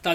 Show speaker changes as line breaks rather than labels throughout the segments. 大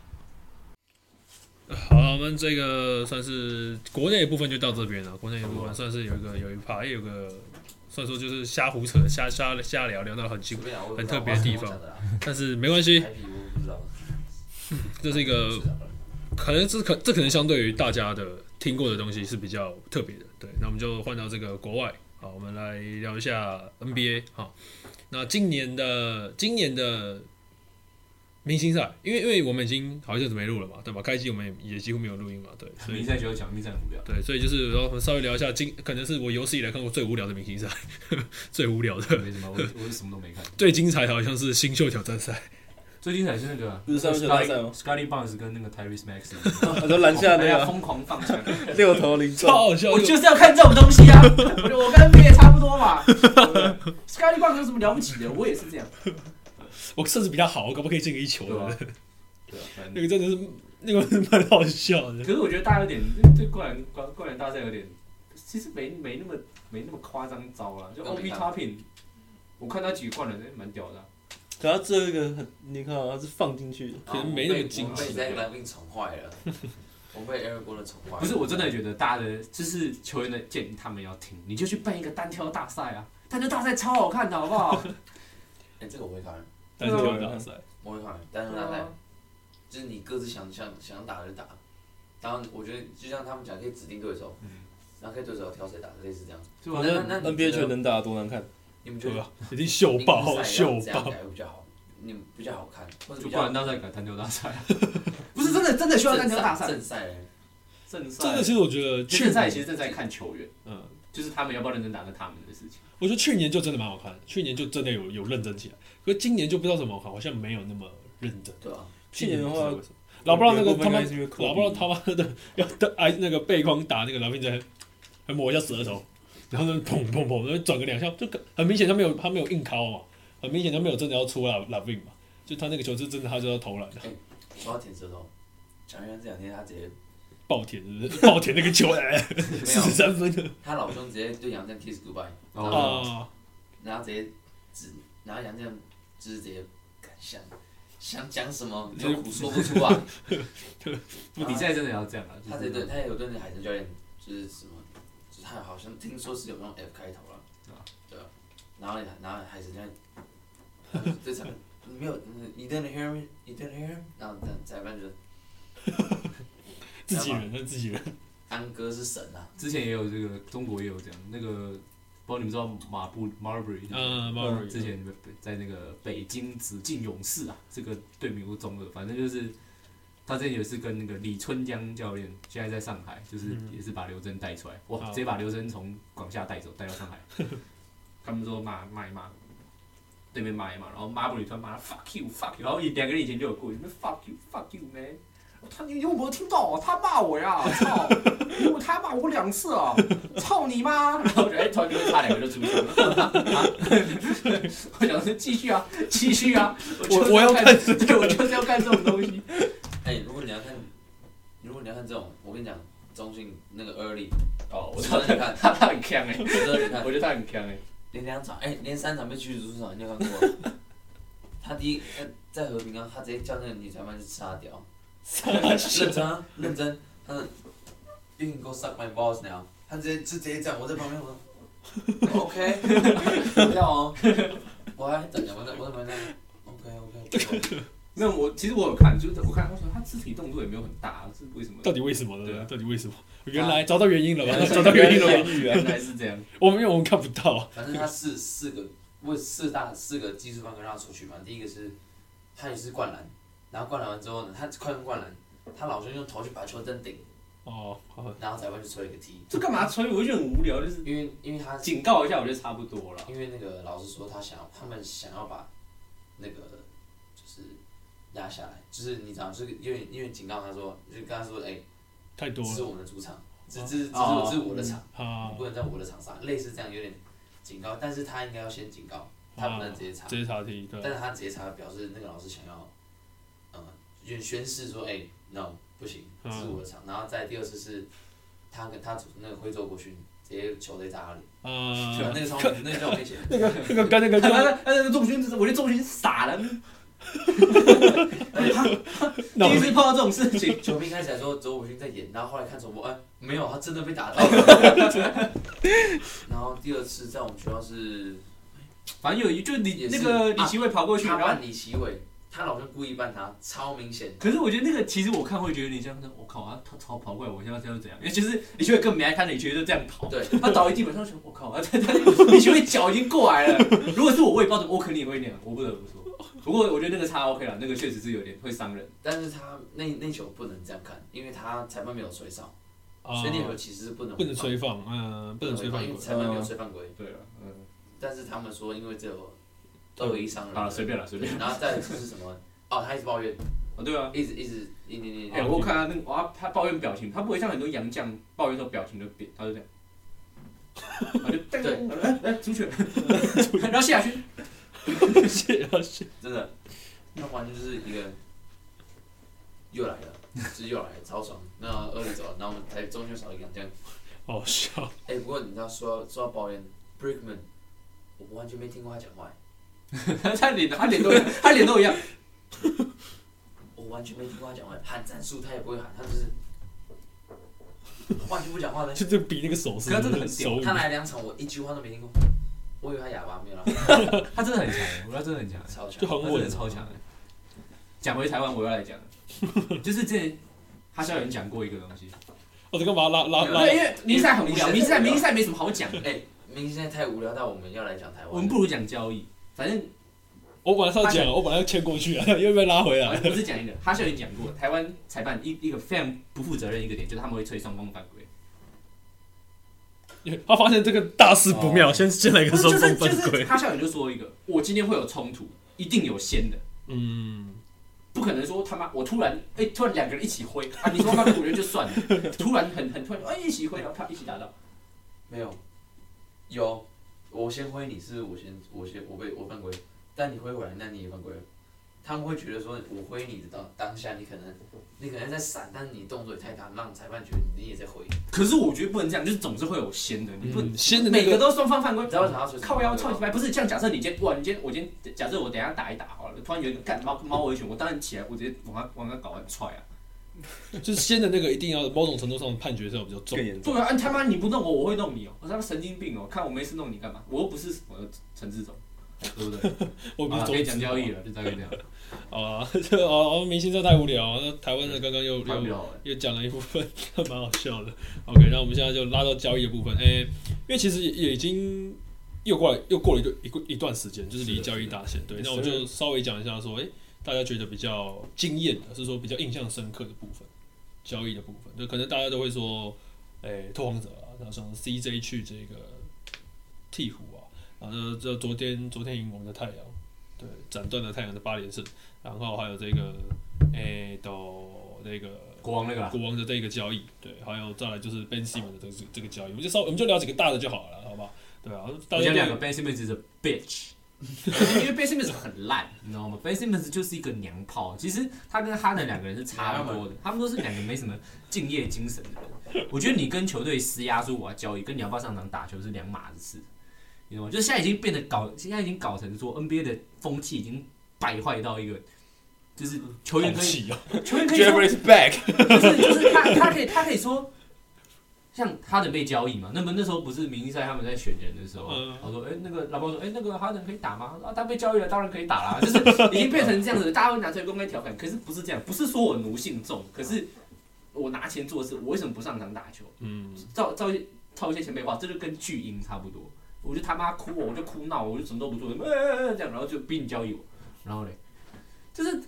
好了，我们这个算是国内的部分就到这边了。国内的部分算是有一个有一趴，也有个算说就是瞎胡扯、瞎瞎瞎聊，聊到很奇怪。很特别的地方但是没关系，这是一个可能这可这可能相对于大家的听过的东西是比较特别的。对，那我们就换到这个国外，好，我们来聊一下 NBA 好，那今年的今年的明星赛，因为因为我们已经好一阵子没录了嘛，对吧？开机我们也也几乎没有录音嘛，对，所以
明赛就要讲，明赛无聊。
对，所以就是然后我们稍微聊一下今可能是我有史以来看过最无聊的明星赛， 最无聊的，
没什么， 我我是什么都没看。
最精彩的好像是新秀挑战赛。
最精彩是那个啊，
不是上面就大赛吗
Scotty Barnes 跟那个 Tyrese Maxey，
我都拦下那
大家
个
疯狂放 枪，
六头零
超
中，
好笑！
我就是要看这种东西啊！我就我跟 NBA 也差不多 嘛。Sky b o 有什么了不起的？我也是这样。
我甚至比他好，我可不可以进个一球
对吧
啊
的？？
对啊，反
那
正
个真的是，那个是蛮好笑的
可。是我觉得大家有点对灌篮灌灌篮大赛有点，其实没没那么没那么夸张糟了。就 OB Topping，我看他几个灌篮，哎，蛮屌的啊。
可他这个很，你看啊，它是放进去的，
可能没那么精
我被
致
z a c l a v i n 宠坏 了，我被 Eric Gordon 宠坏了。
不是，我真的觉得大家的就是球员的建议，他们要听，你就去办一个单挑大赛啊！单挑大赛超好看的，好不 好？
哎，这个我会看，
但
啊
是挑大赛，
我会看，但是
对
大赛
啊
就是你各自想想想打就打。当然，我觉得就像他们讲，可以指定对手，
嗯
然后可以对手挑谁打，类似这样。
啊
就
反
我
正
那那你觉
NBA 球
得
能打得多难看，
你们觉
对
得
吧？已经秀爆，秀
这样
爆
打。会比较好，你们比较好看，或者
就
比
灌
较
篮大赛改单挑大赛啊， 不是真的真的需要单挑大赛
正。赛嘞。
正赛
真的，其实我觉得去
正赛其
年，
实正在看球员，
嗯，
就是他们要不要认真打是他们的事情。
我觉得去年就真的蛮好看，去年就真的有有认真起来。可是今年就不知道怎么好，好像没有那么认真。
对啊，
去年的话
不知道为什么，老布朗那个他妈，
是因为
老布朗他妈的要挨那个背框打那个老兵在，还抹一下舌头，然后呢砰砰砰，然后转个两下，就很明显他没有他没有硬敲嘛，很明显他没有真的要出拉拉宾嘛，就他那个球是真的他就要投篮的。
说到舔舌头，蒋元这两天他 直接
暴舔是不是？暴舔那个球，哎，
没
四
有
十，三分的
他老兄直接对杨振 kiss goodbye，
哦，
啊！
然后直接指，然后杨振就是直接敢想想讲什么就胡说不出 啊。
不比赛真的要这样啊！
他
就
直接
是
对，他也有对那个海神教练就是什么，就是他好像听说是有用 F 开头了
啊，
对啊，然后然后海神教练，呃他就对上你嗯没有，你 didn't hear me，你 didn't hear him，然后等裁判就
自己人，那自己人，
安哥是神啊，
之前也有这个，中国也有这样。那个不知道你们知道马布 Marbury
嗯，Marbury，
之前在那个北京紫禁勇士啊，这个队名我中了，反正就是他之前有一次跟那个李春江教练，现在在上海，就是
嗯
也是把刘真带出来，哇，
好
直接把刘真从广厦带走，带到上海。 他们说骂骂一骂，对面骂一骂，然后 Marbury 突然骂 fuck you fuck you，然后一两个人以前就有过，你们 fuck you fuck you man。他你有没有听到？啊他骂我呀！ 操！我他骂我两次啊！操你妈！然后我就哎，突然间差两个就出去了。 我想说继续啊，继续啊！就是
我我要
看， 对我就是要看这种东西。
哎，如果你要看，如果你要看这种，我跟你讲，中信那个 early，
哦，
我
我
知
知
道
道
你看，
他他很强哎、
我知道你看
我，觉得他很强哎、
连两场，哎、连三场被驱逐出场，你有看过吗？他第一呃在和平啊，他直接叫那个女裁判去杀掉，认真啊，认真，他说 You can go suck my balls now，他直接就直接这样，我在旁边我说 OK，不要哦，我还等着，我在我在旁边 OK OK，
没有，我其实我有看，就是我看他说他肢体动作也没有很大，是为什么？
到底为什么
对啊
呢？到底为什么？原来找到原因了吧？
原
找到原因了吧？
原来是这样。
我们因为我们看不到，
反正他四四个为四大四个技术犯规让他出去嘛，第一个是他也是灌篮，然后灌篮完之后呢，他快攻灌篮，他老兄用头去把球灯顶，
哦，好
然后裁判去吹一个踢。
这干嘛吹？我就觉得很无聊，就是
因为因为他
警告一下，我觉得差不多了。
因为那个老师说他想要他们想要把那个就是压下来，就是你知道，就是因为因为警告他说，就跟他说，哎、
太多
这是
了，
我们的主场，这这这是
哦
这是我 的场，
啊
你，不能在我的场上，类似这样有点警告，但是他应该要先警告，他不能直接查，
直接查题，对，
但是他直接查表示那个老师想要，嗯，就宣誓说，哎，no，不行，这
嗯
是我的场。然后再第二次是，他跟他那个挥走国勋，直接球队砸他脸，对吧
呃，
那个超那个叫我没钱，
这个跟那个
他他他 那个仲勋，我觉得仲勋傻了，
那
第一次碰到这种事情，
球迷开始还说周武勋在演，然后后来看重播，哎，没有，他真的被打到。 然后第二次在我们学校是
反正有一就李
也是
那个李奇伟跑过去，
他
然后
扮李奇伟，他老是故意扮他，超明显。
可是我觉得那个其实我看会觉得有点像那种，我靠啊，他逃跑过来，我现在要怎样？因为其实李奇伟根本没来看，李奇伟就这样逃。
对，
他倒一地板上想，我靠，啊，他他李奇伟脚已经过来了。如果是我，我也不知道怎么，我肯定也会那样，我不得不说。不过我觉得那个差 OK 了，那个确实是有点会伤人。
但是他那那球不能这样看，因为他裁判没有吹哨，
啊
所以那球其实是不能
不能吹
回放
放，嗯，不能吹放
因为
哦
过
裁判没有吹犯规。
对了，嗯，
但是他们说，因为只有二一伤人，
啊
好了，随便了，随便。
对然后再来就是什么？哦，他一直抱怨，
哦，对啊，
一直一直念念念
哎，
念。
我看他那个哇，他抱怨表情，他不会像很多洋将抱怨说表情就变，他就这样。他就对，来来出去，然后谢亚轩，
哦
真的，那完全就是一个又来了， 就是又来了，超爽。那二里走了，然后我们才中间少一个这样。
好哦笑，
哎、不过你知道说到说到抱怨，Brickman，我完全没听过他讲话，
他脸他脸都一样他脸都一样。
我完全没听过他讲话，喊战术他也不会喊，他就是完全不讲话 的。
就就比那个手势，
可是真的很屌
手语
他，来两场，我一句话都没听过，我以为他哑巴没有啦，
他真的很强，我觉得他真的很强，
超
就
强。
很
他真
稳
的，超强的。讲回台湾，我要 来讲了，就是之前哈肖有人讲过一个东西，
我哦这干嘛拉拉拉
对，因为明星赛很无聊，明星赛明星赛没什么好讲的，
哎、明星现在太无聊到我们要来讲台湾。
我们不如讲交易。反正
我本来是要讲，我本来要牵过去啊，又被拉回来。
不是讲一个，哈肖已经讲过，台湾裁判一一个非常不负责任一个点，就是他们会吹双方犯规。
他发现这个大事不妙，
哦
先先来一个
不是
双
就是
方
就
犯
是
规。
哈肖也就说一个，我今天会有冲突，一定有先的，
嗯，
不可能说他妈我突然哎、突然两个人一起挥啊，你说犯规我觉得就算 了，突然很很突然哎、一起挥，然后啪一起打到。
没有，有，我先挥你是我先我先我被我犯规，但你挥回来，那你也犯规了。他们会觉得说，我挥你的当当下，你可能你可能在闪，但是你动作也太大，让裁判觉得你也在挥。
可是我觉得不能这样，就是总是会有先的，你不能、
嗯先的那
每
个
个都双方犯规，
你知道为什么要吹？
靠腰翘起来，不是这样。假设你今天哇，你今天我今天假设我等一下打一打好了，突然有一个干猫猫我一拳，我当然起来，我直接往他往他搞完踹啊！
就是先的那个一定要某种程度上判决是要比较重
更。严重
对。啊，啊他妈你不弄我，我会弄你哦！我说他妈神经病哦！看我没事弄你干嘛？我又不是什么陈志忠，哎对不 对？
我不
啊
是
可以
中
讲交易了，就大概这样。
啊，这哦哦，明星这太无聊。那台湾的刚刚又
还
又
比较好玩。
又讲了一部分， 蛮好笑的。OK，那我们现在就拉到交易的部分。诶、因为其实也已经又过来又过了一个一个一段时间，就是离交易大限。对，那我就稍微讲一下说，诶、大家觉得比较惊艳的，是说比较印象深刻的部分，交易的部分，就可能大家都会说，诶、拓荒者啊，然后像 CJ 去这个鹈鹕啊，然后这这昨天昨天赢我们的太阳，对，斩断了太阳的八连胜，然后还有这个诶、到那个。
国王那个啊，
国王的这个交易，对，还有再来就是 Ben Simmons 的这个这个交易，我们就稍我们就聊几个大的就好了，好不好？对啊，大
我
家
讲两
对
个 Ben Simmons 的 bitch，
因为 Ben Simmons 很烂，
你知道吗？Ben Simmons 就是一个娘炮，其实他跟哈登两个人是差不多的，他们都是两个没什么敬业精神的人。我觉得你跟球队施压说我要交易，跟你要不要上场打球是两码子事，你懂吗？就是现在已经变得搞，现在已经搞成说 NBA 的风气已经败坏到一个，就是球员可以
气哦
球员可以说
Jeffrey's back，
就是就是他他可以他可以说，像哈登被交易嘛，那么那时候不是明星赛他们在选人的时候，
嗯
我说哎、那个老包说哎、那个哈登可以打吗？啊他被交易了，当然可以打啦，就是已经变成这样子，大家会拿出来公开调侃。可是不是这样，不是说我奴性重，可是我拿钱做事，我为什么不上场打球？
嗯，
照照一些套一些前辈话，这就跟巨婴差不多。我就他妈哭哦我，我就哭闹，我就什么都不做，呃呃呃这样，然后就逼你交易我，然后嘞，就是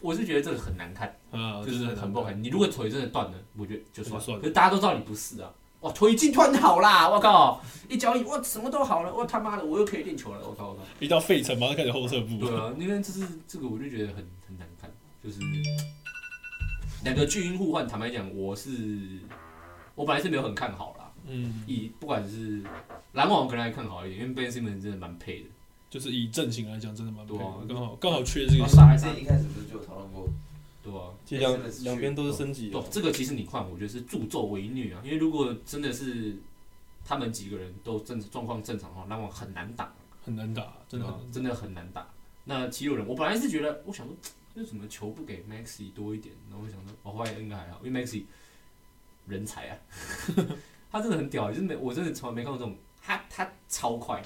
我是觉得这个很难看。
啊，
就是很不好看。你如果腿真的断了，我觉得就算
就算
了。
了
可是大家都知道你不是啊，哇，腿筋突然好啦，我靠，一交易哇什么都好了，我他妈的我又可以练球了，我靠我靠。
一到费城马上开始后撤步，
对啊，因为这是这个我就觉得很很难看，就是两个巨婴互换，坦白讲我是我本来是没有很看好啦，
嗯，
以不管是篮网我可能还看好一点，因为 Ben Simmons 真的蛮配的。
就是以阵型来讲，真的蛮不
对啊啊
好，刚好刚好缺这个
刚
系
好
还是一开始不是就有讨论过？
对啊，
其实两两边都是升级
对
的，，
这个其实你看，我觉得是助纣为虐啊，因为如果真的是他们几个人都正状况正常的话，篮网很难打。
很难打，真的很
对啊
难打
真的很难打。那七六人，我本来是觉得，我想说，为什么球不给 Maxi 多一点？然后我想说，哦，后来应该还好，因为 Maxi 人才啊， 他真的很屌，就是没我真的从来没看过这种，他他超快，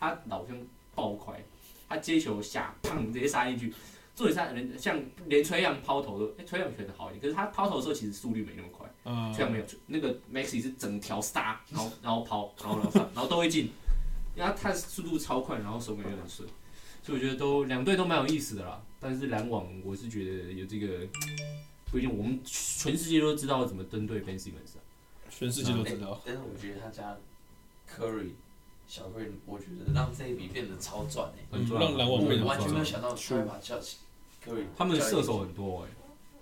他老兄爆快，他接球下砰直接杀进去。重点是他人像连崔样抛投都，哎、崔样选的好一点，可是他抛投的时候其实速率没那么快。
啊，
虽然没有那个 Maxi 是整条杀，然后然后跑，然后然后上，然后都会进，因为他他速度超快，然后手感也很顺，所以我觉得都两队都蛮有意思的啦。但是篮网我是觉得有这个不一定，我们全世界都知道怎么针对 Ben Simmons 啊。
全世界都知道，
但是我觉得他加 Curry、小 Curry，我觉得让这一笔变得超赚哎、
嗯
很赚啊
让篮网变
我
得
完全没有
赚
想到他会把 j u d g Curry
他们的射手很多哎、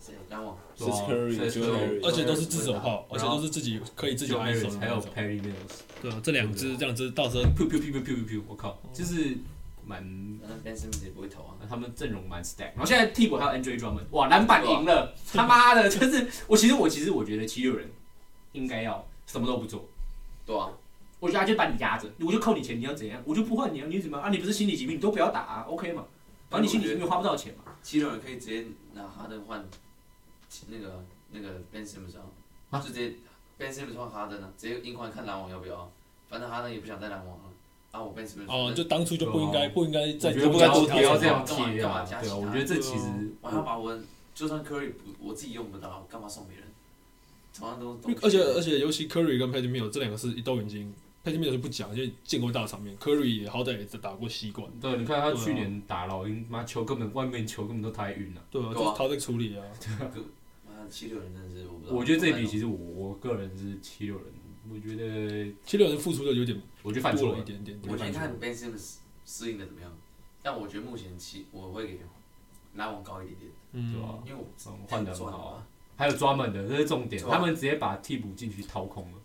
谁篮网
是
对啊
Curry，
所以
Joe
就
Harris
而且都是自走炮，而
然
且
后
都是自己可以自己
Joe
挨手
Harris
的
啊还
那
有
种，
Perry Mills，
对啊，这两支这两支到时候
噗噗噗噗噗噗，我靠，
哦
就是蛮
反正 Ben Simmons 也不会投啊。
他们阵容蛮 stack，然后现在替补还有 Andre Drummond，哇，篮板赢了，他妈的， 就是我其实我其实我觉得七六人应该要什么都不做，
对啊，
我觉得他就把你压着，我就扣你钱，你要怎样？我就不换你啊，你怎么样啊？你不是心理疾病，你都不要打啊，OK 嘛？反正你心理疾病花不到钱嘛，
七六人可以直接拿哈登换那个那个 Ben Simmons 啊，就直接 Ben Simmons 换哈登啊，直接硬换看篮网要不要啊、反正哈登也不想在篮网啊，啊我 Ben Simmons
哦，就当初就不应该不应该
啊我
再
觉得
不
该
该
多
多
不
贴
要
啊
这样贴
干嘛干
啊
嘛，
对
加其
啊，
他
我觉得这其实
我要把我就算 Curry 不我自己用不到，干嘛送别人？同样都都
而且而且，尤其 Curry 跟 p a t t y Mills 这两个是都已经 p a t t y Mills 就不讲，就见过大场面，Curry 也好歹也打过西冠，
嗯对，你看他
对啊
去年打老鹰，妈球根本外面球根本都太晕了。
对啊，
对啊
就他在处理啊，
妈七六人真的是我不知道。
我觉得这一笔其实我我个人是七六人，我觉得
七六人付出的有点
我就犯
多
错
了一
了，
点点，
我觉得看 Ben Simmons 适应的怎么样，但我觉得目前七我会给篮网高一点点，
嗯
对吧，？
因为我
嗯换的很好啊
啊。。
还有抓门的，这是重点。
对啊
他们直接把替补进去掏空了。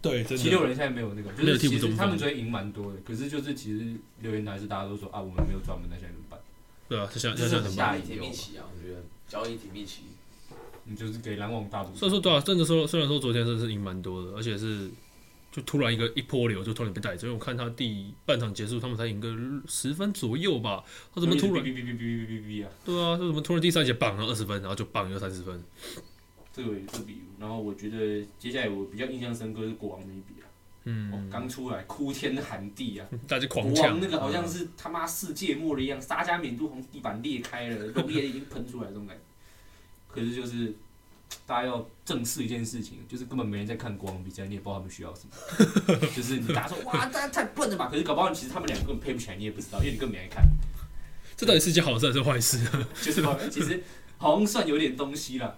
对，真的
七六人现在没有那个，就
没有
是
替补
其实
中锋
他们昨天赢蛮多的，可是就是其实留言台是大家都说啊，我们没有抓门，那现在怎么办？
对啊，他想
就
他
是
想
很
怎么办？
大一米奇啊，我觉得交易挺密奇，
你就是给篮网大补。
所以说对啊，真的说虽然说昨天真的是赢蛮多的，而且是就突然一个一波流就突然被带走，因为我看他第半场结束他们才赢个十分左右吧，他
他
怎么突然
哔哔哔哔哔哔哔哔啊？
对啊，他怎么突然第三节绑了二十分，然后就绑一个三十分，
这个这个比喻，然后我觉得接下来我比较印象深刻是国王那一笔啊，哦
嗯，
刚出来哭天喊地啊，
大家
国
狂
王
抢
那个好像是他妈世界末日一样，沙加缅度从地板裂开了，溶液已经喷出来这种感觉。可是就是大家要正视一件事情，就是根本没人在看国王比赛，你也不知道他们需要什么。 就是你打说哇，大家太笨了吧？可是搞不好其实他们两个根本配不起来，你也不知道，因为你根本没来看。
这到底是件好事还是坏事？
就是好像其实好像算有点东西啦，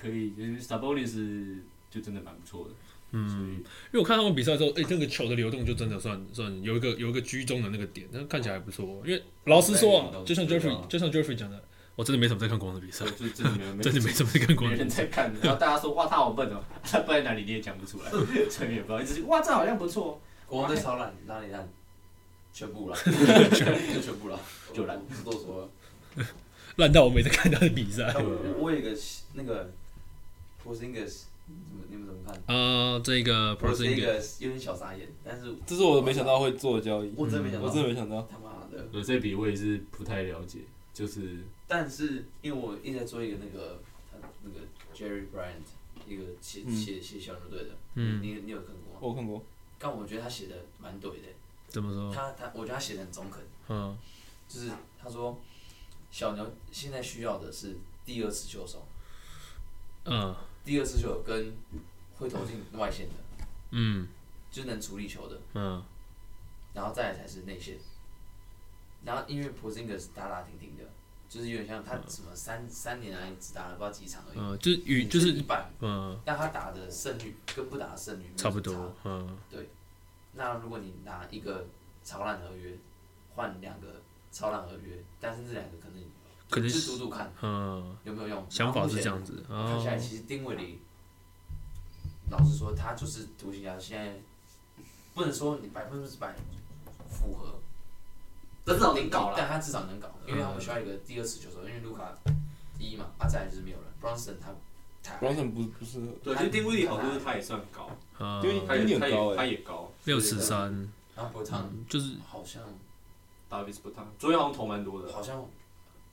可以。就是 Sabonis 就真的蛮不错的，
嗯， 因为我看他们比赛之后，哎、那个球的流动就真的算算有一个有一个居中的那个点，那看起来还不错。因为老实说啊，就像 Jeffrey 就像 Jeffrey 讲的，我真的没怎么在看国王的比赛
所以，就真的没有没
真的没
有
怎么在看国
没
王的
人
比赛。
在看，然后大家说哇他好笨哦，他笨在哪里你也讲不出来，所以也不知道，只是哇这好像不错，
国王队超烂，哪里烂？全部 了，全部了，
就烂，
不多说了。
烂到我没在看他的比赛。
但我我有一个那个 p o s i n g i s 怎么你们怎么看
呃，这个 p
p
r
o
o s
s
i
i
n
n
g
g
i
i s 有点小傻眼，但是
这是我没想到会做的交易，
我真的没想到，
嗯我真的没想到。
他妈的！
呃这笔我也是不太了解，就是
但是因为我一直在做一个那个他那个 Jerry Bryant 一个写
嗯
写写小牛队的，
嗯，
你你有看过吗？
我有看过，
但我觉得他写的蛮对的，
怎么
哦
说？
他他我觉得他写的很中肯，
嗯
就是他说小牛现在需要的是第二次球手，
嗯
第二次球手跟会投进外线的，
嗯
就是能处理球的，
嗯
然后再来才是内线。然后因为 p o s i n g i s 打打停停的，就是有点像他什么三三年来只打了不知道几场而已，
嗯，就是嗯与就是
一半，
嗯
但他打的胜率跟不打的胜率没有
差不
什么差
多嗯
那如果你拿一个超烂合约换两个超烂合约，但是这两个可能
可能
就是赌赌看
嗯，
有没有用。
想法
然后目
是
前
这样子
看起来
哦，
其实丁伟里老实说，他就是独行侠现在不能说你百分之百符合，
至少能搞啦
但他至少能搞，因为他们需要一个第二持球手，因为卢卡第一嘛，阿再来就是没有人，Bronson 他他
Bronson 不不适合，
对，其实丁威迪好处是他也算高，
呃，
因为
他也
丁威迪
他
很高
也他
哎，
也高
六尺三，嗯
然后 b r o t o
就是
好像
，Davis 不烫，昨天好像投蛮多的，
好像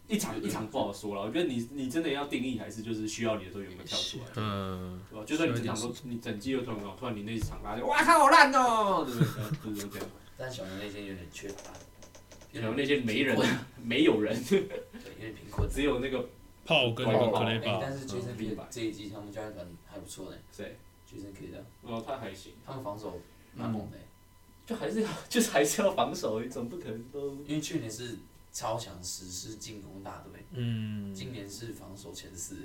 一场一场不好说了。我觉得你你真的要定义还是就是需要你的时候有没有跳出来，
呃，
对吧？就算你整场都你整季都投很高，突然你那一场大家就哇他好烂哦，对不对？就是这样。
但小牛那些有点缺乏，有
然后
点
那些没人没有人，
对，有点贫困。
只有那个
炮跟那个克雷
哎
巴，
但是杰森比
明白
这一季他们教练团还不错呢，
谁，
杰森可以的，
哦他还行，
他们防守蛮猛的，
嗯
就还是要 就是还是要防守，你总不可能都
因为去年是超强实施进攻大队，
嗯，
今年是防守前四，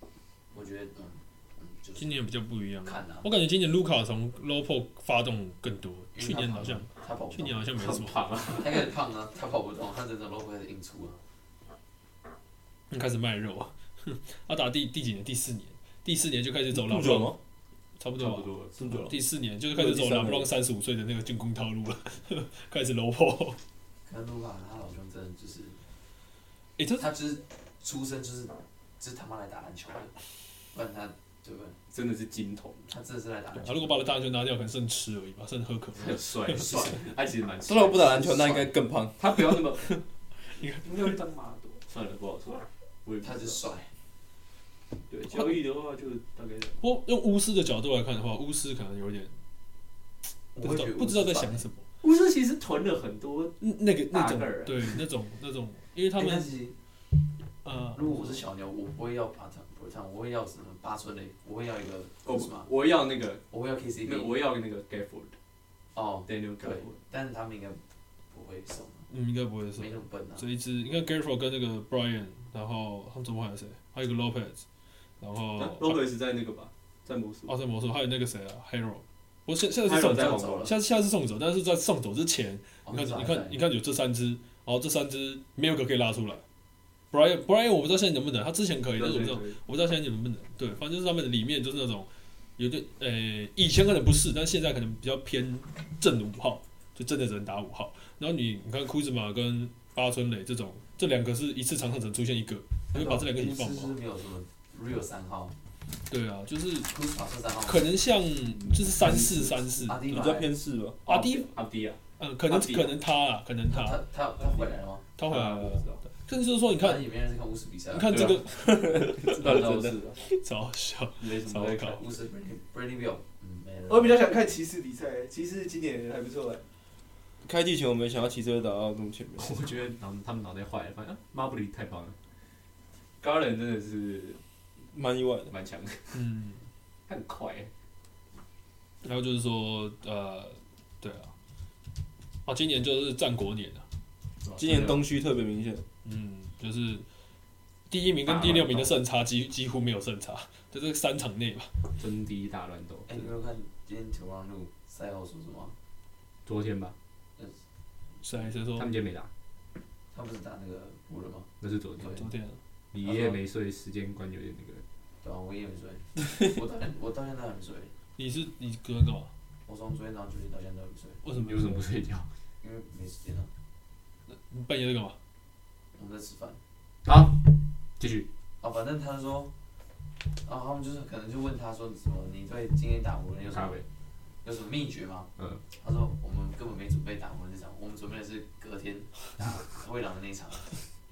哎我觉得嗯嗯就是
今年比较不一样。
看啊，
我感觉今年卢卡从 low 发动更多，
因为
去
他
年
胖
好像
啊他跑不
去
动
年，好像没什
很
么，
胖啊。
他开始胖啊，他跑不动，他整整 logo 开始硬出啊，
开始卖肉啊。 阿达第第几年？第四年，第四年就开始走
这
老
么久
布
吗？
差不
差
多吧。
不多了，
这么久了，
第四年就是开始走
第三
老
年
布朗三十五岁的那个进攻套路了， 开始 low 破。
可能卢卡他老兄真的就是
哎，这
他就是出生就是就是他妈来打篮球的，不然他对不对？
真的是金童，
他真的是来打篮
他
球
如果把他大球拿掉，可能剩吃而已吧，剩喝可乐
很。帅，很 帅，他其实蛮帅
他。如果不打篮球，那应该更胖。
他不要那 么，你没有去当马朵，算了，不好说。我也
的，他就是帅。
对交易的话，就大概
不过用巫师的角度来看的话，巫师可能有点
我
不
会
知
觉
道
得
不知道在想什么，
巫师其实囤了很多，
那个那种
大个儿啊
对那种那种，因为他
哎但
们
是
呃
如果我是小牛，我不会要巴特伯特，我会要什么八村垒，我会要一个
哦
什么，，
我要那个，
我会要
那
KCP。
我要那个 Gafford，Daniel
哦，对
Gafford，，
但是他们应该不会送，
嗯应该不会是
没那么笨啊。
这一支，应该 Garfo 跟那个 Brian，然后他们总共还有谁？还有一个 Lopez，然后啊
那啊 Lopez 在那个吧，在魔术，
奥特魔术，还有那个谁啊，Hero。我现现在是
Hero
送
在
走，
黄
走了，
下次下次送走，但是在送走之前，
哦
你看你看你
看，
看有这三支，然后这三支没有一个可以拉出来。Brian Brian 我不知道现在能不能，他之前可以，但是我不知道
对
我不知道现在能不能。对，反正就是他们的里面就是那种有点呃，以前可能不是，但现在可能比较偏正五号，就真的只能打五号。然后你你看库兹马跟巴春磊这种，这两个是一次场上只能出现一个，你会把这两个一起放
是
吗？
没有什么 real 三号，
对啊，就是
库斯马是三号，
可能像就是三四三四，
阿迪
比
马
较偏市吧，
阿迪
阿迪啊，
呃，可能
阿迪啊
可能他啊，可能
他
他
他他他回来了吗？
他回来
我不
了，
知道，
甚至就是说你
反
看
正也没人在看巫师比赛啊
你，看这个
知道倒是 啊，
超好笑，
没什
超
么在看。
搞。
巫师 Brandy Brandy Bill，嗯，没人。
呃
我比较想看骑士比赛，骑士今年还不错哎。
开季前我没想到骑车会打到那么前 面，
我觉得脑他们脑袋坏了，反正马布里太棒了，Garland 真的是
蛮意外的。
蛮强的，
嗯，
他很快欸。
然后就是说呃，对啊，啊，今年就是战国年啊。
今年东区特别明显，
嗯，就是第一名跟第六名的胜差几几乎没有胜差，就这三场内吧。
真第一大乱斗，
哎，你有没有看今天球王路赛后说什么？
昨天吧，
谁谁
他
说
们今天没打，
他不是打那个湖人吗？
那是昨天。
昨天啊？
你爷爷没睡，时间观有点那个。
对啊，我也没睡， 我到现我到现在还没睡。
你是你昨天干嘛？
我从昨天早上九点到现在都没睡，
为什么
你为什么不睡觉？
因为没时间了。
你半夜在干嘛？
我们在吃饭
好，继续。
啊，反正他说，啊，他们就是可能就问他说什么，你对今天打湖人有什
咖
么
啡。
有什么秘诀吗？
嗯，
他说我们根本没准备打湖人这场，我们准备的是隔天打灰狼的那一场。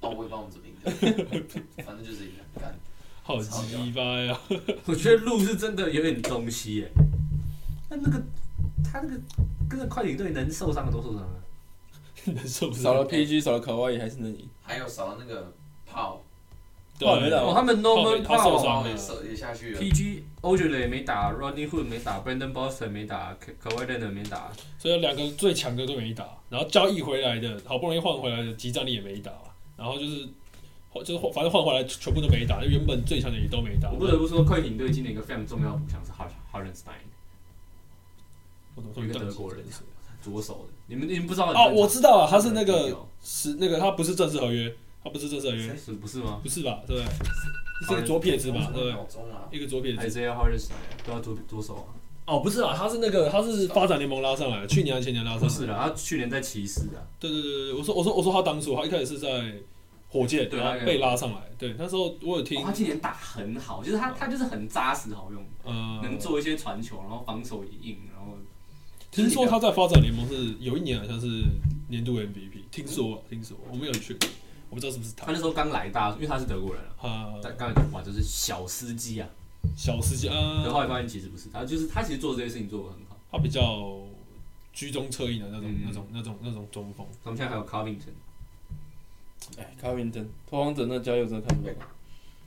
哦，我也不知道我们怎么赢的，反正就是赢了。干，
好鸡巴呀！
我觉得路是真的有点东西耶。那那个他那个跟着快艇队能受伤的都受伤了。
难受不是
少？了 PG，少了卡哇伊，还是能赢。
还有少了那个炮，
对啊
哇没打
哦，他们
哦
Norman
他受伤
Powell、
炮
了
也射也下去了。
PG、o j 的也没打，Rodney Hood 没打，Brandon Boston 没打，Kawhi Leonard 没打。
所以两个最强的都没打，然后交易回来的，好不容易换回来的集战力也没打，然后就是就是反正换回来全部都没打，原本最强的也都没打。
我不得不说，快艇队今年一个非常重要的补强是 Har- Hardenstein，
我怎么说你
有一个德国人左手的。你们你们不知道很
啊？
正常
我知道啊，他是那个是那个他不是正式合约，他不是这哲员，
是不是吗？
不是吧？对不对？是个左撇子吧？对不
脑中啊，
对？一个左撇
还
子。
是要好认识都要多多少啊？
哦，不是啊，他是那个他是发展联盟拉上来的，去年还是前年拉上
不
来
是
的。
啊的，他去年在骑士啊，
对对对对，我说我说我说他当初他一开始是在火箭，
对
然
他
后
也
被拉上来。对，那时候我有听
哦他，今年打很好，就是他他就是很扎实好用，
呃，
能做一些传球，然后防守也硬，然后
听说他在发展联盟是有一年好像是年度 MVP，听说啊听说，我没有去，我不知道是不是
他
他
那。时候刚来大，因为他是德国人
啊，
啊，但刚才哇，就是小司机啊，
小司机
然后后
啊，
来发现其实不是，他就是他其实做这些事情做得很好。
他比较居中侧翼的那种、
嗯
那种、那种、那种中锋。
他们现在还有 Covington，
哎，卡宾顿，拓荒者那交易我真的看不懂。啊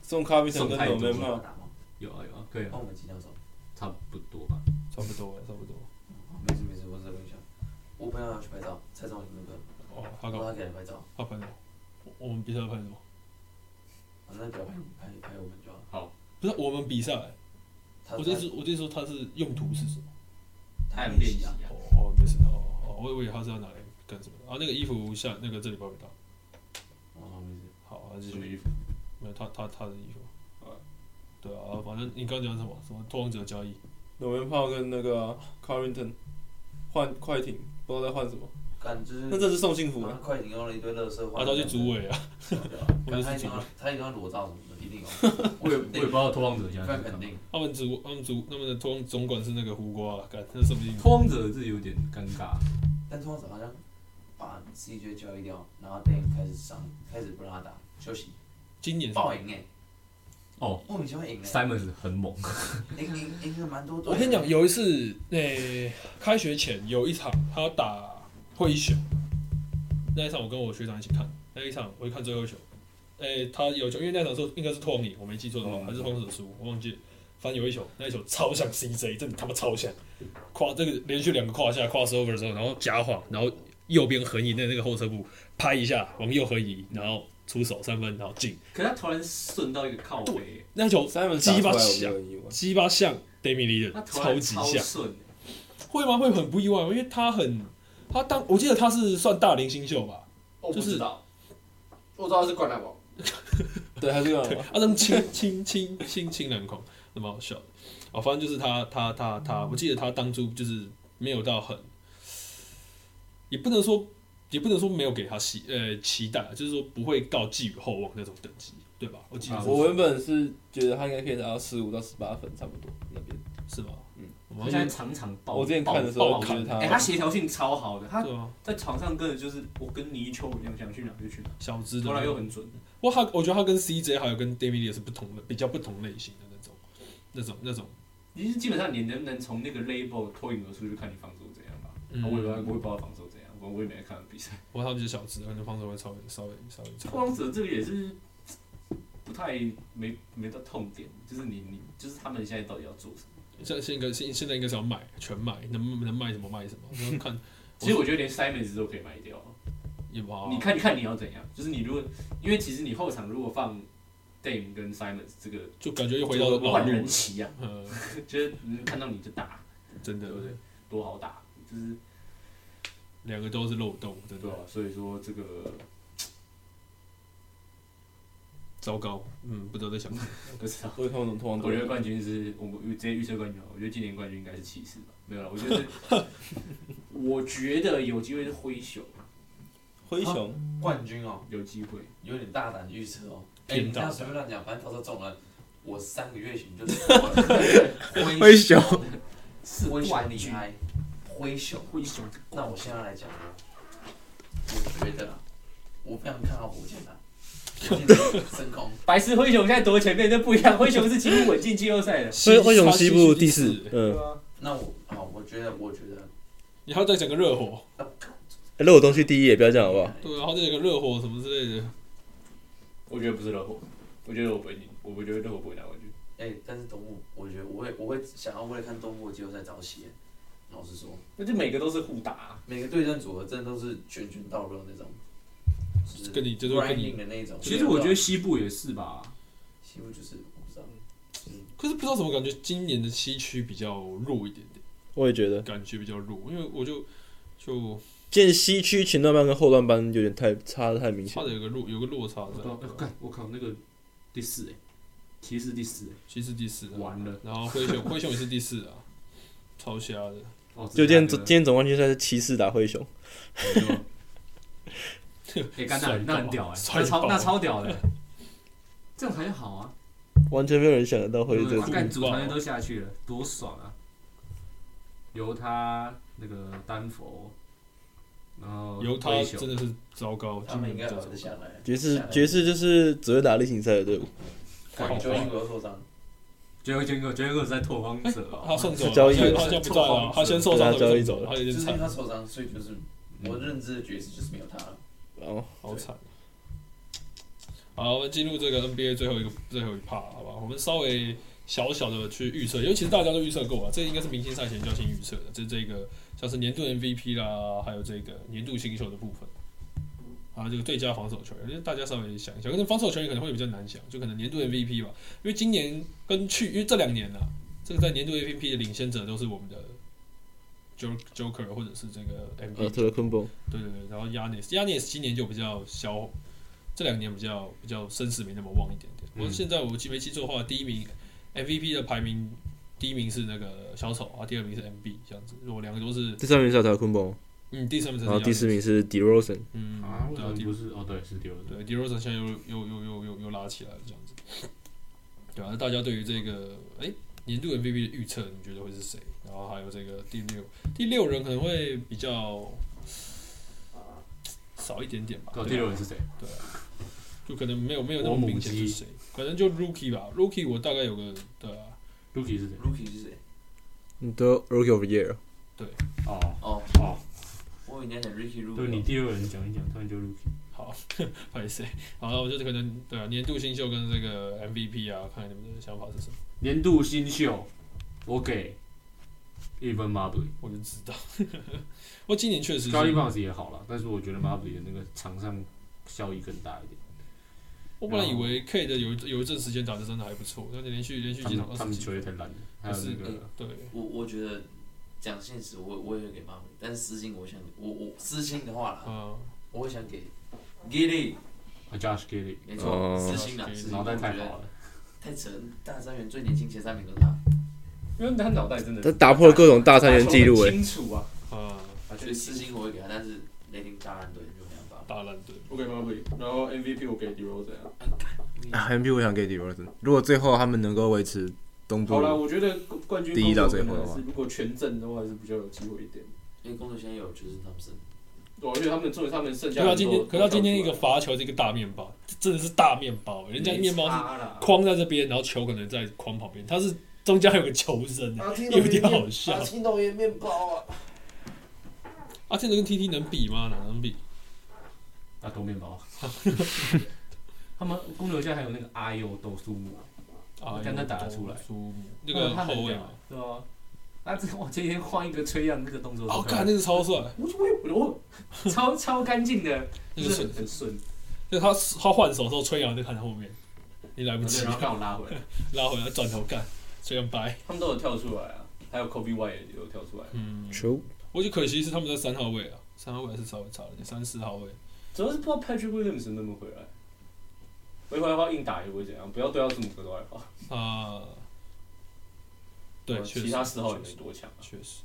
送卡宾顿跟我没
送
办
要
法，
打吗？
有啊有啊，可以啊，
帮我们几条走。
差不多吧。
差不多，差不多。
没事没事，我只是问一下。我朋友要去拍照，蔡宗你那个，
哦，他搞
我要给他拍照，
他拍什么？我们比赛拍什么？
反正不要拍你拍拍我们就好。
不是我们比赛，
他
我就说我就说他是用途是什么？
他
太
很
阳练
练
习
习啊，
啊，
哦哦，没事哦哦，我以为他是要拿来干什么的啊？那个衣服下那个这里包给他。
哦没事。
好，那继
什么
续。
衣服？
没有他他他的衣服
啊。
对啊，反正你刚讲什么什么拓荒者交易，
我没炮跟那个卡宾顿换快艇，不知道在换什么。
干就是
那这是送幸福
他
啊！
快艇用了一堆乐色话，
啊，他去组委啊，
对啊
我就是
干他一定要他一定要裸照什么的，一 定有。
我也我也不知道拓荒者现在
那
是干
肯
嘛。
定。
他们组他们组他们的拓总管是那个胡瓜啊，干那是什么意思？
拓荒者自己有点尴尬，
但通常好像把 CJ 交易掉，然后 Dan 开始伤，开始不让他打，休息，
今年是
爆赢哎、
哦，
莫名其妙赢哎、
，Simons 很猛，
赢赢赢了蛮多队。
我跟你讲，，有一次，诶、开学前有一场他要打灰熊，那一场我跟我学长一起看，那一场我一看最后一球，诶、他有球，因为那场是应该是托尼，我没记错的话，还是荒手输，我忘记了，反正有一球，那一球超像 CJ，真的他妈超像，跨这个连续两个胯下 crossover 的时候，然后假晃，然后右边横移的那个后撤步拍一下，往右横移，然后出手三分，然后进，
可是他突然顺到一个靠背，
那球
三门
鸡
打
巴
出来我没
像
有意外。
鸡巴像 d a m i l e
他
的，
突然
级
超
像。
顺，
哦
会吗？会很不意外吗，因为他很，他当我记得他是算大龄新秀吧，
我
不知
道，
我知道是灌篮王，
对，还是干嘛？
啊，那么清清清清清篮筐，那么好笑的。哦，反正就是他他他他，我记得他当初就是没有到很，也不能说也不能说没有给他期呃期待，就是说不会到寄予厚望那种等级，对吧？我记得
啊
是
我原本是觉得他应该可以达到十五到十八分，差不多那边。
是吧？
嗯，
我
他
们
现在场场爆。
我之前看的时候，
爆
我觉得他
哎，他协调性超好的，他
对啊，
在场上跟的就是我跟泥鳅一样，想去哪就去哪，
小资的
投篮
那
又
种，
很准，
我他我觉得他跟 CJ 还有跟 d a m i d 是不同的，比较不同类型的那种，那种那种，
其实基本上你能不能从那个 label 脱颖而出，就看你防守怎样吧。
嗯
我也不知道，我也不知道防守怎样，我我也没看比赛。
我他们就是小资，可能防守会稍微稍微稍微差。
拓荒者这个也是不太没没到痛点，就是你你就是他们现在到底要做什么？
现现在现现在应该是要买全买，能能卖什么卖什么，然后看
其实我觉得连 Simons 都可以卖掉。
也不好。啊
你看，你看你要怎样？就是你如果，因为其实你后场如果放 Dame 跟 Simons 这个
就感觉又回到老
万
路
人
了，
骑啊，
嗯，
就是能看到你就打，
真的
对不对？多好打，就是
两个都是漏洞，真
对
的
吧、所以说这个
糟糕，嗯，不知道在想 什么。
不
啊
知道。
我也看不懂拓荒
我觉得
者。
冠军是我们直接预测冠军好了，我觉得今年冠军应该是骑士吧，没有了，我觉得是， 我觉得有机会是灰熊，
灰熊，
冠军哦，
有机会。
有点大胆预测哦。哎、
偏
你
大
这样随便乱讲，反正到时候中了，我三个月 前就
灰熊，
是灰熊
冠
厉
军
害，灰熊。
灰熊，
那我现在来讲哦，我觉得啊我非常看好火箭的、啊，火 箭升空。
白石灰熊现在夺前面，那不一样， 灰熊是几乎稳进季后赛的。
所以
灰熊西部
第
第四，，嗯，
那我啊、我觉得，我觉得，
你还要再讲个热火，
热哎火东区第一，也不要这样好不好？
对，啊然后再讲个热火什么之类的，
我觉得不是热火，我觉得我不会赢，我不觉得热火不会拿冠军。
哎、但是东部，我觉得我会我会想要为了看东部的季后赛早起。老实说，
那就每个都是互打，啊
每个对战组合真的都是拳拳到肉那种，就是
跟你就是跟你
grinding 的那种。
其实我觉得西部也是吧，
西部就是我不知道，
可是不知道怎么感觉今年的西区比较弱一点点，
我也觉得，
感觉比较弱，因为我就就
见西区前段班跟后段班有点太差的太明显
差。的有个落有个落差
我
在，
到，哎干，我靠，那个第四哎，骑士第四哎，
其实第四啊，
完了，
然后灰 熊灰熊也是第四啊，超瞎的。
哦，
就今天
这
今天总冠军赛是骑士打灰熊，
哎，干那那很屌哎，
帅
那
爆
超那超屌的，这样还好啊，
完全没有人想得到会
对
是
不
这
对
个
啊干主
嗯
团队都下去了，多爽啊！由他那个丹佛，然后
犹他
哦灰熊
真的是糟糕，
他们应该
今年
活
比较糟
得下
糕
来。
爵士爵士就是只会打例行赛的队伍，
感觉英国受伤，
杰克杰克杰克在拓荒者哦，
哎他送走了，
是交易
他
了
他就不在了，他先受
对
伤
他
的
交易
送
走了
他有
就
点
是因为
惨，嗯
他受伤，所以就是我认知的爵士就是没有他了。
然后
好惨。好，我们进入这个 NBA 最后一个最后一趴，好吧？我们稍微小小的去预测，尤其是大家都预测过啊，这应该是明星赛前就要先预测的，这这个像是年度 MVP 啦，还有这个年度新秀的部分，还有这个最佳防守球员，因为大家稍微想一下，可能防守球员可能会比较难想，就可能年度 MVP 吧，因为今年跟去，因为这两年啊，这个在年度 MVP 的领先者都是我们的 Jo- Joker 或者是这个 MVP
呃特勒昆博，
对对对，然后 Yanis Yanis 今年就比较消，这两年比较比较声势没那么旺一点点。
嗯
我现在我记没记错的话，第一名 MVP 的排名，第一名是那个小丑啊，第二名是 MB 这样子，我两个都是，
第三名是特勒昆博，
嗯，第三名才
然
是
后
Giannis，
第四名是 d e r o s e n
嗯，
啊，为
对
什
啊
么，
第
不是？哦，对，是第二
对 d e r o s e n 现在又又又又又又拉起来了这样子，对啊，大家对于这个哎年度 MVP 的预测，你觉得会是谁？然后还有这个第六第六人可能会比较少一点点吧，对
对，哦第
啊
六人是谁？
就可能没有没有那么
我母
明显是
鸡
谁，可能就 Rookie 吧，Rookie 我大概有个对啊，
l u k i 是谁？
Rookie 是谁？
你得 Rookie of the Year，
哦
哦，
哦，
我以为你在讲 Ricky
对你
Rubio。
第六人讲一讲，突然就 l u k i
好，不好意思，好，那我就是可能对啊，年度新秀跟这个 MVP 啊，看看你们的想法是什么，
年度新秀，我给 Even Mobley，
我就知道， 我今年确实是
高利 b o s 也好了，但是我觉得 Mobley 的那个场上效益更大一点。
我本来以为 K 的有一有一阵时间打的真的还不错，但连续连续
他
几场
们他
二
们
十几
球也太烂了，还有那
是
个
对，
我我觉得讲现实，我我也会给妈妈，但是私信我想我我私信的话啦，
嗯，
我会想给 Gilly，
啊 Josh Giddy，
没错，
哦
私信啦，
Giddy，
私信
脑袋
我
太
觉得
好了，
太扯了，大三元最年轻前三名都是他，
因为他脑袋真的
他打破了各种大三元纪录哎，
清楚啊，
啊，
啊
所以私信我会给他，但是雷霆当然队就没办法。
大烂队，
我给 m a b 然后 MVP 我给 d e r o s e n
啊 MVP 我想给 d e r o s e n 如果最后他们能够维持东部
好，啦，我觉得冠军
第一到最后的话
可能是如果全阵的话，还是比较有机会一点。
因为工作现在有就是他们是
对啊，因为他们重点他们剩
可
下
是
的
他
都
今天可是他今天一个
都
罚球是一个大面包，这真的是大面包，欸人家面包是
是
框在这边，然后球可能在框旁边，他是中间还有个球身，
啊
欸有点好笑。
青岛也面包啊，
阿啊天能跟 TT 能比吗？哪能比？
啊，多面包。 他们公牛现在还有那个阿尤斗苏姆，
啊，
看他打得出来
苏姆那个
他
后
很
卫哦
屌
嘛。，
对啊，啊，这我今天换一个吹样那个动作，
哦，看那个超帅，
我超超干净的，
那
就
个
是
是
很很顺，
那他他换手的时候吹杨就看他后面，你来不
对
及
然后刚好拉 回来，
拉回来转头干，吹杨掰。
他们都有跳出来啊，还有 Kobe White 也有跳出来，
嗯，
球
我觉得可惜是他们在三号位啊，三号位还是稍微差了点，三四号位。
主要是不知道 Patrick Williams 能不能回来，回来的话硬打也不会怎样，不要对到字母哥都还好，哦
啊，对，确实
呃其他四号
确
也没
实
多强啊，
确实，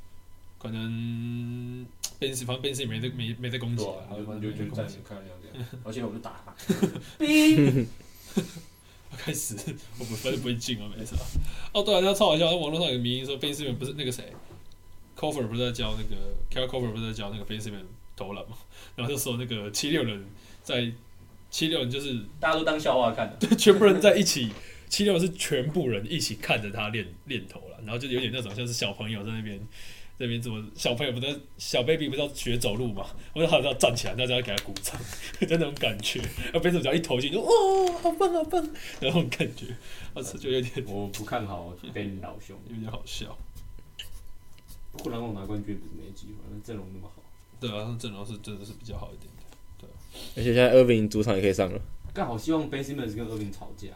可能 Ben 反正 Ben 也没在没没在攻击
对
啊
啊，，
他
你就
反
你
正
就
没在
就是
攻
暂
击
时。看一下 这样，而且我们就打他，
开始，我们反正不会进啊，没事啊。哦，对啊，那超好笑，那网络上有个迷因说 Ben Simmons 不是那个谁，Cover 不是在教那个 Cal Cover 不是在教那个 Ben Simmons 投篮嘛， 然后就说那个七六人在七六人就是
大家都当笑话看的，
对全部人在一起，七六人是全部人一起看着他练练投篮，然后就有点那种像是小朋友在那边。在那边怎么小朋友不是小 baby 不是要学走路嘛？我就好像站起来，大家给他鼓掌， 就那种感觉。然后边只要一投进，就哦，好棒好棒，那种感觉，啊，这就有点
我不看好 Ben 老兄。
有点好笑。
不然我拿冠军也不是没机会，那阵容那么好。
对啊，他们阵容是真的是比较好一点的。
而且现在 Irving 主场也可以上了，
但好希望 Ben Simmons 跟 i r v i n 吵架，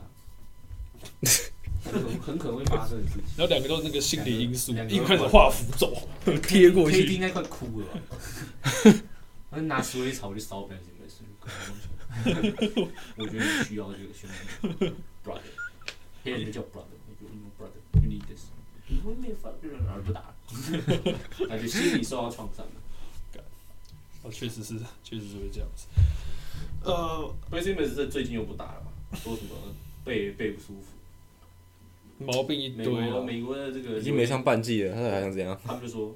很可很可能会发生的事情。
然后两个都是那个心理因素，
两个
一个开始画符咒 贴过
KD
去，
应该快哭了吧，
我就拿石灰草我就烧不了这个事。我觉得你需要这个兄弟，brother，黑人就叫 brother，我就 brother，you need this。你会没法，然后就打了，那就心理受到创伤了。
哦，确实是，确实是会这样子。
呃 b r a c i m e s 这最近又不打了嘛？说什么背背不舒服？
毛病一
美
堆啊
国
了，
美国的这个
已经没上半季了，他还想怎样？
他们就说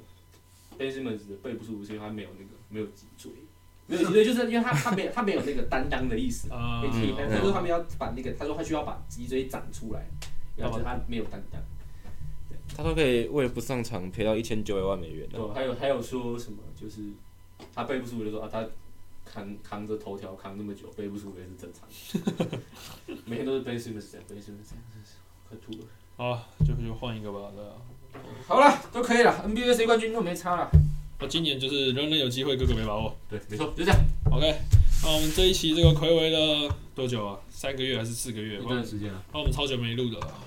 Ben Simmons 的背不舒服是因为他没有那个没有脊 椎，没有脊椎就是因为他他没有他没有那个担当的意思。
啊
被踢
嗯
他说他们要把那个，他说他需要把脊椎长出来，然后就是他没有担当。
他说可以为了不上场赔到一千九百万美元
对，还有还有说什么，就是他背不舒服就说啊，他扛扛着头条扛那么久，背不舒服也是正常 的。每天都是 Ben Simmons 这样，Ben Simmons 这样，真是快吐了。
好，就就换一个吧，对啊。
好了，都可以了，NBA 谁冠军都没差了。
那今年就是人人有机会，个个没把握。
对，没错，就这样。
OK，那我们这一期这个暌违了多久啊？三个月还是四个月？
时 间了，
那我们超久没录了啊！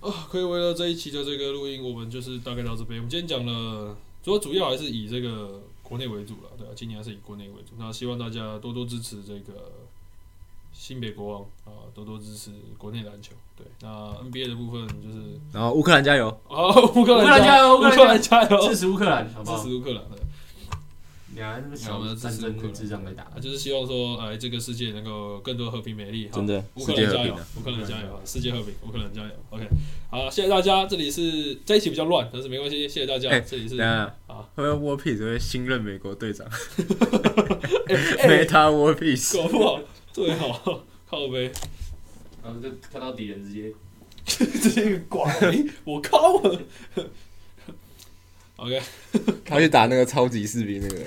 啊，暌违了这一期的这个录音，我们就是大概到这边。我们今天讲了，主要主要还是以这个国内为主了，对啊，今年还是以国内为主。那希望大家多多支持这个新北国王啊，多多支持国内篮球。对，那 NBA 的部分就是
然后乌克兰加油！
啊，乌克
乌克兰
兰
加油
乌克兰加油，
支持乌克兰，好不
支
好？
持乌克兰。对
你看那么
我
小
们要支
战
持乌
争
克
的
兰
智障在打，
啊，就是希望说，哎，这个世界能够更多和平美丽，哈
真的
乌克
世界
兰
和
加
平
油
啊，
乌克兰加油，世界和平，乌克兰加油，OK，好，谢谢大家，这里是这一期比较乱，但是没关系，谢谢大家，
哎
这里是
等一下
好，
会不会 War Peace 会新任美国队 长哎？Meta War Peace，
搞不好最好靠背，
然后就看到敌人直接
这是一个拐，我靠，OK，
他去打那个超级士兵那个。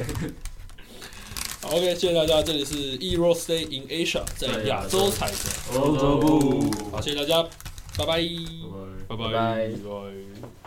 好，OK，谢谢大家，这里是 Euro Stay in Asia，在亚洲踩着，
欧洲步。
好，谢谢大家，拜拜，
拜拜
拜
拜
拜，拜拜。